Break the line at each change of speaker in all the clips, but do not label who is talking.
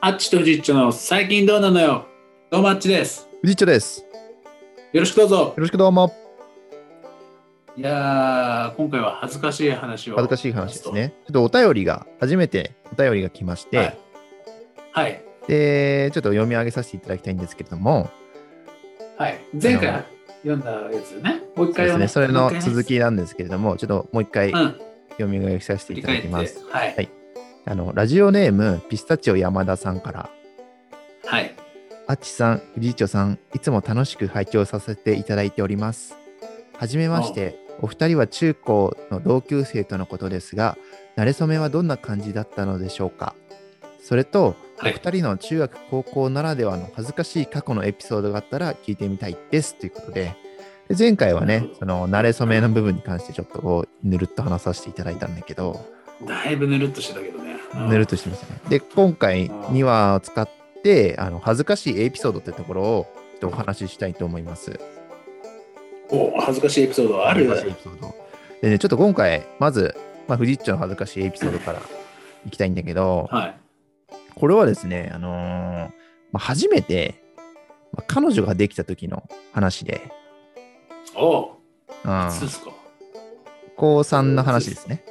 あっちとフジッチョの最近どうなのよ。どうもあっちです。
フジッチョです。よ
よろしくどうぞ。
ろしくどうも。
いやー、今回は恥ずかしい話を。
恥ずかしい話です。ね。ちょっとお便りが、初めてお便りが来まして、
はい。はい。
で、ちょっと読み上げさせていただきたいんですけども、
はい、前回読んだやつね。もう一
そう
回読
ですね、
む
それの続。
も
きなんですけれども、ちょっともう一回
う一回うん。
読み上げさせて
振り
いただ
返っ
き
て。
ます。
はい。
あの、ラジオネーム、ピスタチオ山田さんから、
はい。
あっちさん、フジッチョさん、いつも楽しく拝聴させていただいております。はじめまして、お二人は中高の同級生とのことですが、馴れ初めはどんな感じだったのでしょうかそれと、
は
お
い。
二人の中学高校ならではの恥ずかしい過去のエピソードがあったら聞いてみたいですということでで前回は
なる
ね
ほど
その慣れ初めの部分に関してちょっとこうぬるっと話させていただいたんだけど
だいぶぬるっとしてたけどね。うん
ぬるっとしてましたねで今回2話を使ってあの恥ずかしいエピソードってところをちょっとお話ししたいと思います
お恥ずかしいエピソードはある
恥ずかしいエピソードでねちょっと今回まず、まあ、フジッチョの恥ずかしいエピソードからいきたいんだけど
はい。
これはですね、あのーまあ、初めて、まあ、彼女ができた時の話で、
おう。
う
い
ん、
つですか。
高3の話ですね。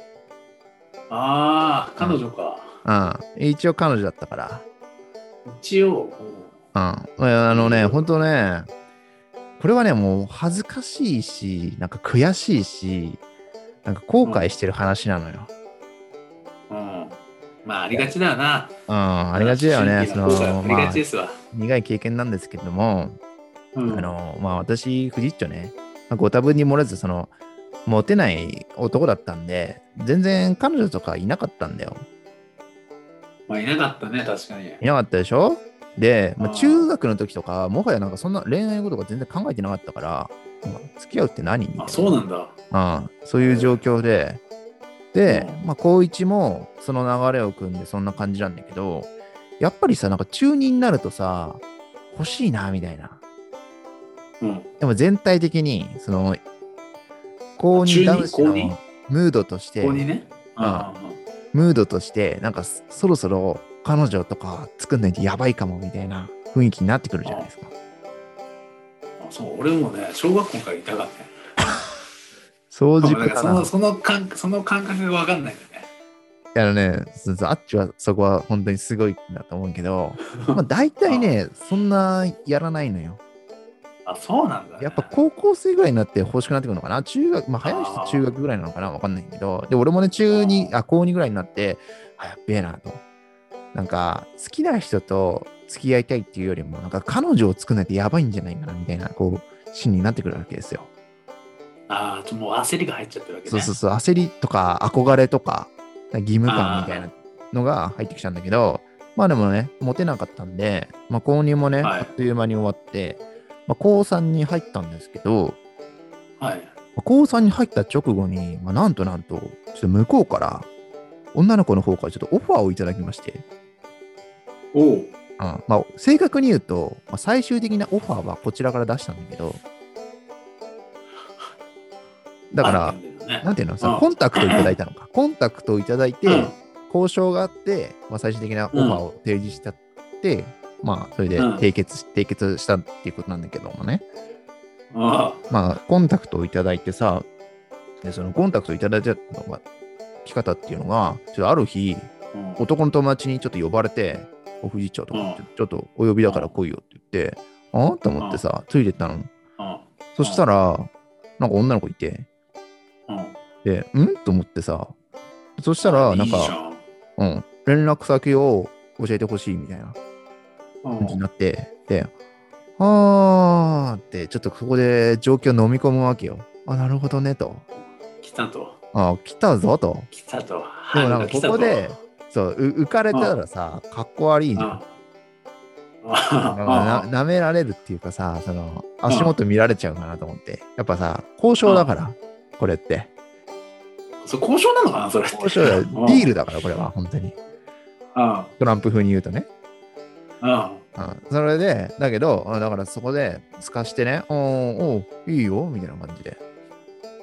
ああ、彼女か。
うん、一応彼女だったから、
一応。
うんまあ、あのね、本当ね、これはね、もう恥ずかしいし、なんか悔しいし、なんか後悔してる話なのよ。
うん。うんまあ、ありがちだよな。
うん、ありがちだよね。そ
正直な後悔
の、
あり
ま
が
あ
ち、ですわ。
苦い経験なんですけれども、
あ
あ、の、まあ私、フジッチョね、まあご多分に漏れず、その、モテない男だったんで、全然彼女とかいなかったんだよ。
まあ、いなかったね、確かに。
いなかったでしょで、まあ、
あー
中学の時とか、もはやなんかそんな恋愛のことが全然考えてなかったから、まあ付き合うって何みたいな
あ、そうなんだ。
うんそういう状況で、で
う、
まあ、高一もその流れを組んでそんな感じなんだけど、やっぱりさ、なんか中二になるとさ、欲しいな、みたいな。
うん。
でも全体的に、その、高
中
2
二
男子
高二
のムードとし
こ
て
こ、にね。
うん
ああ
ムードとして、なんかそそろそろ彼女とか作んないとやばいかもみたいな雰囲気になってくるじゃないですか。
あそう、俺もね、小学校からいたからね。
早熟
だから
か
そ
な
の。その感その感覚が分かんないんだよね。
あのね、そうそうあっちはそこは本当にすごいんだと思うけど、 まあ大体ね、そんなやらないのよ。
あ、そうなんだ、ね。
やっぱ高校生ぐらいになって欲しくなってくるのかな中学、まあ早い
あ
人
ー
中学ぐらいなのかなわかんないけど、で、俺もね、中2、あ、高2ぐらいになって、あ、やっべえなと。なんか、好きな人と付き合いたいっていうよりも、なんか彼女を作らないとやばいんじゃないかなみたいな、こう、心理になってくるわけですよ。
あーちょもう焦りが入っちゃってるわけね。
そうそうそう、焦りとか憧れとか、義務感みたいなのが入ってきちゃうんだけど、まあでもね、モテなかったんで、まあ、購入もね、
はい
あっという間に終わって、まあ、高3に入ったんですけど、
はい。
高3に入った直後に、まあ、なんとなんと、ちょっと向こうから、女の子の方からちょっとオファーをいただきまして、
おお。
うんまあ、正確に言うと、まあ、最終的なオファーはこちらから出したんだけど、だか
あ
ら
っ、たんだよね
なんていうのさ
うん
コンタクトをいただいたのか。コンタクトをいただいて、
うん
交渉があって、まあ、最終的なオファーを提示したって、まあ、それで
うん
締結し、締結したっていうことなんだけどもね。
あ
まあ、コンタクトをいただいてさ、でそのコンタクトをいただいたのが、来方っていうのが、ちょっとある日、
ーうん
男の友達にちょっと呼ばれて、お富士町とか、ちょちょっとお呼びだから来いよって言って、あと思ってさ、ついてったの。
うん
そしたら、なんか女の子いて、
うん
で、んと思ってさ、そしたら、なんか、
いいじゃん
うん、連絡先を教えてほしいみたいな
うん
感じになって、で、あーって、ちょっとそこで状況飲み込むわけよ。あ、なるほどねと。
来たと。
あ、来たぞと。
来たと。は
でも
い
なんかここで、そう、う浮かれたらさ、かっこ悪いじゃん。なんかな舐められるっていうかさ、その、足元見られちゃうかなと思って。やっぱさ、交渉だから、これって。
そう交渉なのかなそれって。
交渉だよディールだから、これは、本当に。
うん
トランプ風に言うとね。
うん
うん、それで、だけど、あだからそこで、透かしてね、おーおーいいよ、みたいな感じで。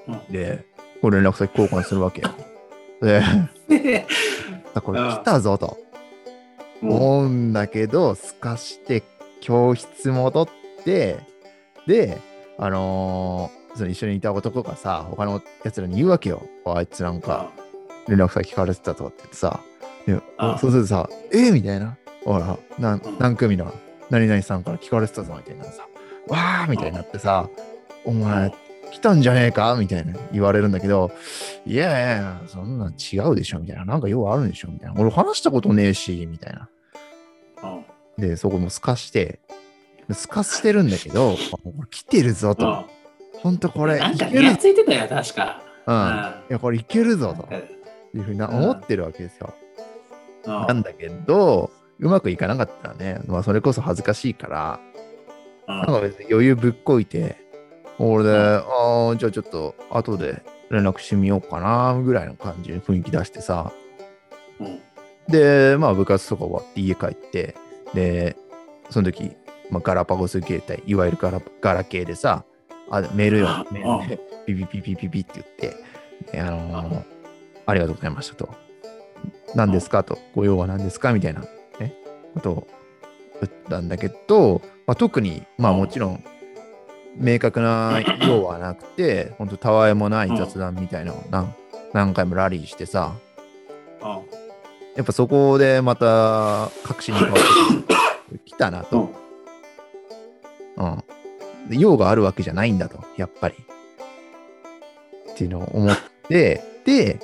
うん
で、こう連絡先交換するわけよ。で、
で
あこれ
うん
来たぞと。
うん
思うんだけど、すかして教室戻って、で、あのーその一緒にいた男がさ、他のやつらに言うわけよ。あいつなんか連絡先聞かれてたとかって言ってさ、で
あ
そうするとさ、えみたいな。ほら、なん
うん
何組の何々さんから聞かれてたぞみたいなさ、わーみたいになってさ、お前、来たんじゃねえかみたいな言われるんだけど、いやいやいや、そんなん違うでしょみたいな。なんかようあるんでしょみたいな。俺話したことねえし、みたいな。
うん
で、そこもすかして、すかしてるんだけど、あこれ来てるぞ
う
と。
ん
ほんとこれ、
なん
い
か
け
イ
る
ラついてたよ、確か。
う。
うん
い
ん
や、これいけるぞ
なん
と
か
いうふうな
うん
思ってるわけですよ。
うん
なんだけど、うまくいかなかったね。まあ、それこそ恥ずかしいから、
うん
なんか別に余裕ぶっこいて、俺で、ああ、じゃあちょっと後で連絡してみようかな、ぐらいの感じ、雰囲気出してさ。
うん
で、まあ部活とか終わって家帰って、で、その時、まあ、ガラパゴス携帯、いわゆるガラガラ系でさ、あメールよ
あ、
メールでピピピピピピって言って、であのーありがとうございましたと。何ですかと、ご用は何ですかみたいな、ね、ことを言ったんだけど、まあ、特に、まあもちろん、明確な用はなくて、本当たわいもない雑談みたいなのを何何回もラリーしてさ、
うん
やっぱそこでまた確信に変わってきたな
う
と。
ん
うん。で用があるわけじゃないんだと、やっぱり。っていうのを思って、で、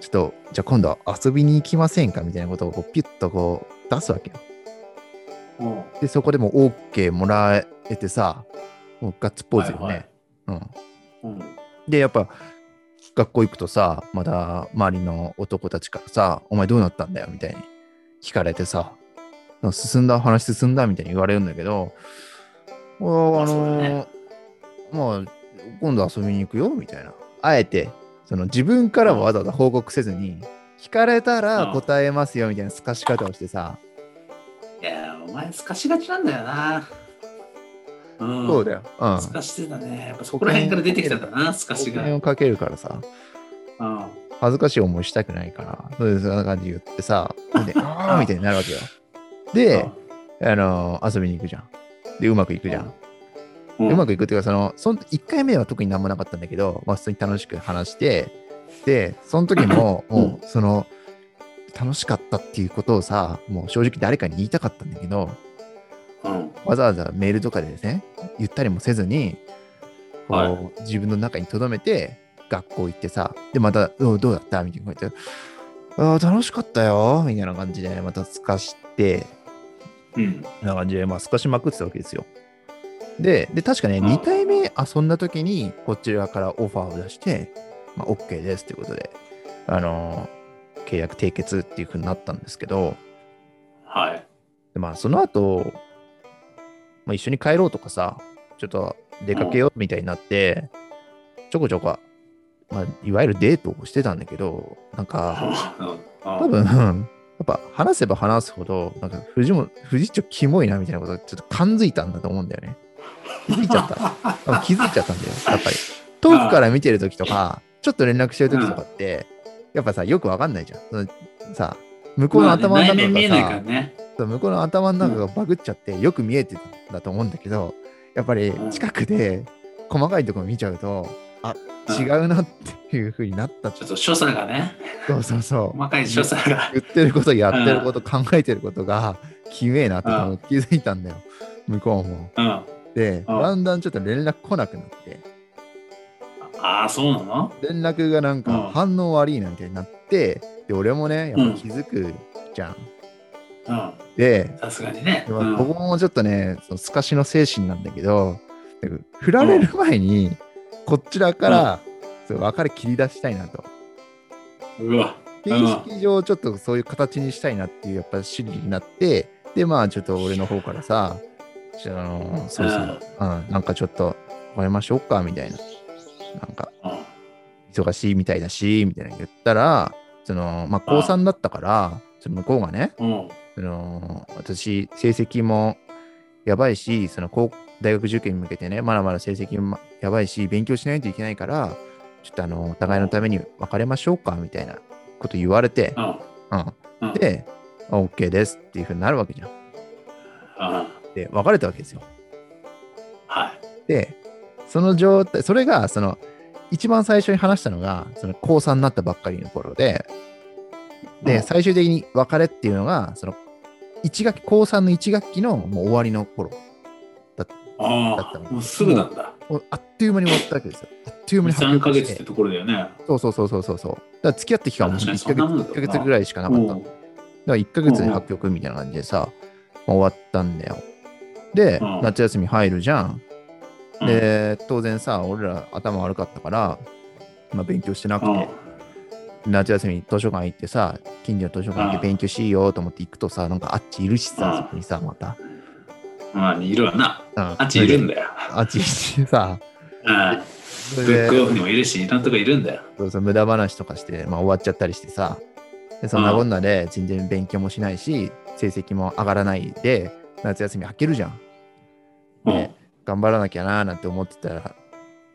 ちょっと、じゃあ今度遊びに行きませんかみたいなことをこうピュッとこう出すわけよ。
うんうん
で、そこでもう OK もらえてさ、もうガッツポーズよね。
はいはい
うん。
うん
で、やっぱ、学校行くとさ、また周りの男たちからさ、お前どうなったんだよみたいに聞かれてさ、なんか進んだ話進んだみたいに言われるんだけど、あーあ
そうだ
のー
ね
まあ、今度遊びに行くよみたいな。あえて、その自分からはわざわざ報告せずに、聞かれたら
うん
答えますよみたいな透かし方をしてさ、
いやー、お前、すかしがちなんだよな。うん、
そうだよ。うん。
すかしてたね。やっぱそこら辺から出てきたんだな、すかし
保
が。
険
うん。
をかけるからさ。恥ずかしい思いしたくないから、そうですそんな感じで言ってさ、で ああみたいになるわけよ。で、あのー遊びに行くじゃん。で、うまくいくじゃん。
うん、
うまくいくっていうか、その、その1回目は特になんもなかったんだけど、まあ、普通に楽しく話して、で、その時 も、
うん
もう、その、楽しかったっていうことをさ、もう正直誰かに言いたかったんだけど、
うん。
わざわざメールとかでですね、言ったりもせずに、こう
は
自分の中に留めて、学校行ってさ、で、また、うんどうだったみたいな、こうやって、あー楽しかったよ、みたいな感じで、また透かして、
うん。
みたいな感じで、まあ、透かしまくってたわけですよ。で、で確かね、
うん
2回目遊んだ時に、こちらからオファーを出して、まあ、OK ですということで、あのー契約締結っていうふうになったんですけど、
はい。
でまあその後、まあ、一緒に帰ろうとかさ、ちょっと出かけようみたいになって、ちょこちょこ、まあ、いわゆるデートをしてたんだけど、なんか、
多
多分、やっぱ話せば話すほど、なんか藤本、藤井ちょキモいなみたいなこと、ちょっと感づいたんだと思うんだよね。気づいちゃ った。多分気づいちゃったんだよ、やっぱり。遠くから見てるときとか、ちょっと連絡してるときとかって、やっぱさ、よくわかんないじゃん。そのさ、向こうの頭の
ま
中
あね内面見え
が
ない
さ
から、ね。
そう向こうの頭の中がバグっちゃって、よく見えてたんだと思うんだけどやっぱり
うん
近くで細かいところ見ちゃうとあ違うなっていう風になっ た
ちょっと所作がね、
そうそうそう
細かい所作が。
言ってることやってること考えてることがきめえなって多分気づいたんだよ向こうも。
うん。あ
で
うん
だんだんちょっと連絡来なくなって
あー、そうなの
連絡がなん
う
か
ん
反応悪いなみたいになってで俺もねやっぱ気づくじゃん。
う
で
ん。さすがにね。
で
う
ま
ん
あ、ここもちょっとね、その透かしの精神なんだけど、なんか振られる前に、こちらから、そう別れ切り出したいなと。
うわ。
形式上、ちょっとそういう形にしたいなっていう、やっぱ心理になって、で、まあ、ちょっと俺の方からさ、ちょあのそうそう、うん、なんかちょっと、別れましょうか、みたいな。なんか、
うん
忙しいみたいだし、みたいな言ったら、その、まあ、高3だったから、その向こうがね、
うん。
その私成績もやばいしその高大学受験に向けてねまだまだ成績もやばいし勉強しないといけないからちょっとあのお互いのために別れましょうかみたいなこと言われて
う、ん。
うん
うん。
であ OK ですっていうふうになるわけじゃん。
うん。
で、別れたわけですよ。
はい。
で、その状態、それが、その、一番最初に話したのが、その、高3になったばっかりの頃で、
う
で、
ん
最終的に別れっていうのが、その、一学期、高3の1学期のもう終わりの頃、だっ
あ
たの
あ、もうすぐなんだ。
もうあっという間に終わったわけですよ。あっという間に発
3ヶ
表し
月ってて、ところだよね。
そうそうそうそうそうそう。だから付き合って期間も
確かに
1
そんなもんだ
ヶ
よな
月一ヶ月ぐらいしかなかったの。
おう
だから1ヶ月で発表くみたいな感じでさ、まあ終わったんだよ。で、
うん
夏休み入るじゃん。
うん
で、当然さ、俺ら頭悪かったから、まあ、勉強してなく
うん
て、夏休み図書館行ってさ、近所の図書館行って勉強しようと思って行くとさ、なんかあっちいるし
う
さ
ん、
そこにさ、また。
まあ、いるわな。
あ
あっちいるんだよ。
あっちいるしさ、
うん。
そ
ブ
れ
ッ
で
クオフにもいるし、なんとかいるんだよ。
そうそう無駄話とかして、まあ、終わっちゃったりしてさでそんなこんなで全然勉強もしないし成績も上がらないで夏休み明けるじゃん
うん。
ね頑張らなきゃなーなんて思ってたら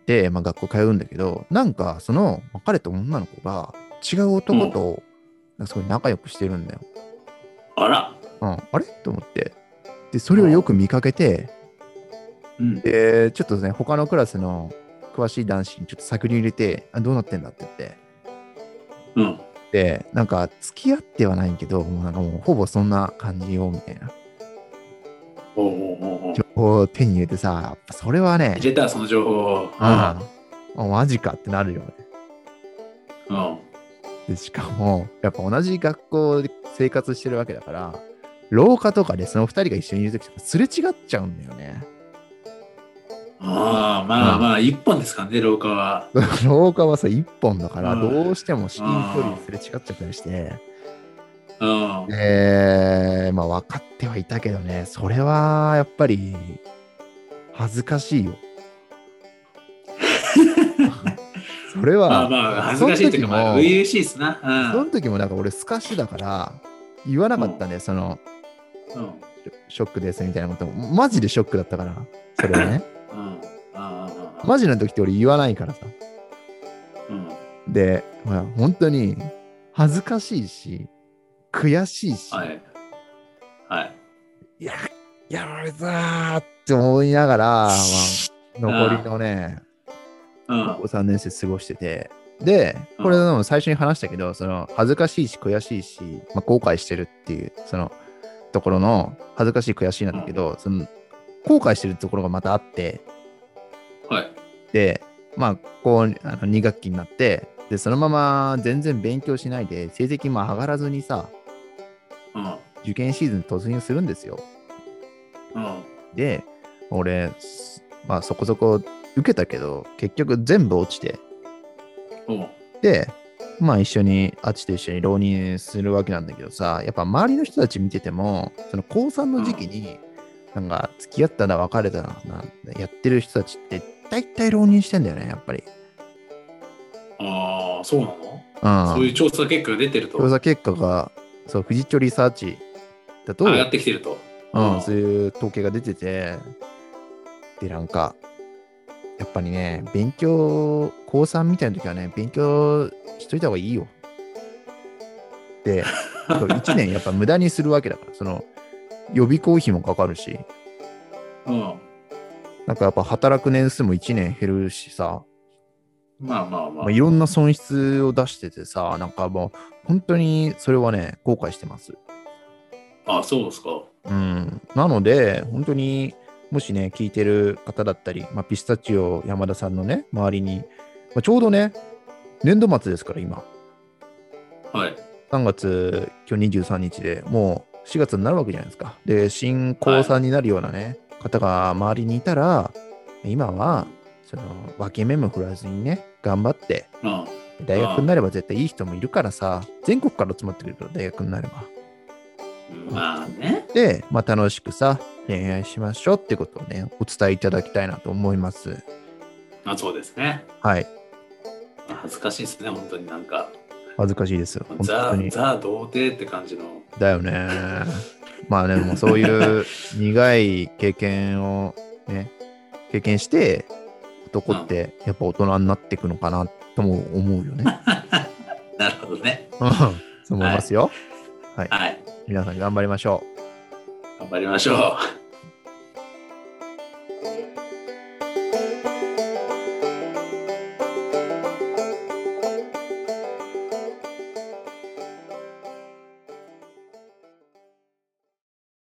で、まあ、学校通うんだけどなんかその別れた女の子が違う男となんかすごい仲良くしてるんだよ、
あら。
うん、あれと思ってでそれをよく見かけて
うん。
でちょっとね他のクラスの詳しい男子にちょっと探り入れてあどうなってんだって言って
うん。
でなんか付き合ってはないけどもうなんかもうほぼそんな感じよみたいな
おうおうおうおう
情報を手に入れてさやっぱそれはね
入れた、その情報を。
うんあマジかってなるよね
うん。うん。
でしかもやっぱ同じ学校で生活してるわけだから廊下とかでその2人が一緒にいる時とかすれ違っちゃうんだよね
ああ、まあまあ、一本ですからね、廊下 は。
廊下はさ1本だから
うん
どうしても至近距離ですれ違っちゃったりして
うん。
えー、まあ分かってはいたけどねそれはやっぱり恥ずかし いよそれは
まあまあ、恥ずかしいというか、
その時
まあ、
も
初々しいですな。
その時もなんか俺スカシだから言わなかったね、その
うん。うん。
ショックですみたいなことマジでショックだったからそれ はね
うん。ああ。
マジの時って俺言わないからさ
うん。
で、まあ、本当に恥ずかしいし悔しいし、
はい。はい。
いや、やられたーって思いながら、まあ、残りのね、
うん
高。3年生過ごしてて、で、これでも最初に話したけど、その恥ずかしいし悔しいし、まあ、後悔してるっていう、そのところの恥ずかしい悔しいなんだけど、その後悔してるところがまたあって、
はい。
で、まあ、こう、あの2学期になって、で、そのまま全然勉強しないで、成績も上がらずにさ、
うん。
受験シーズン突入するんですよ。
うん。
で、俺、すまあそこそこ受けたけど、結局全部落ちて、
うん。
で、まあ一緒に、あっちと一緒に浪人するわけなんだけどさ、やっぱ周りの人たち見てても、その高3の時期に、なんか付き合ったら別れたらなんてやってる人たちって、大体浪人してんだよね、やっぱり。
ああ、そうなの
うん。
そういう調査結果が出てると。
調査結果が、そう、フジチョリサーチだと、
上がってきてると。
うん、そういう統計が出てて、で、なんか、やっぱりね、勉強、高3みたいな時はね、勉強しといた方がいいよ。で、1年 やっぱ無駄にするわけだから、その、予備校費もかかるし、
うん。
なんかやっぱ働く年数も1年減るしさ、
まあまあま
ま
あ。
あ、いろんな損失を出しててさ、なんかもう、本当にそれはね、後悔してます。
あそうですか。
うん、なので、本当にもしね、聞いてる方だったり、まあ、ピスタチオ山田さんのね、周りに、まあ、ちょうどね、年度末ですから、今、
はい。
3月、今日23日でもう4月になるわけじゃないですか。で、新高3になるようなね、方が周りにいたら、今は、その、分け目も振らずにね、頑張って、
うん。
大学になれば絶対いい人もいるからさ、全国から集まってくるから、大学になれば。
まあね。
で、まあ、楽しくさ恋愛しましょうってことをねお伝えいただきたいなと思います
まあそうですね。
はい
恥ずかしいですね、本当になんか。
恥ずかしいです本
ザ
当に・
ザ・童貞って感じの。
だよねまあでもそういう苦い経験をね経験して男ってやっぱ大人になっていくのかなとも思うよね
なるほどね。
うんそう思いますよはい
はい。
皆さん頑張りましょう。
頑張りましょう。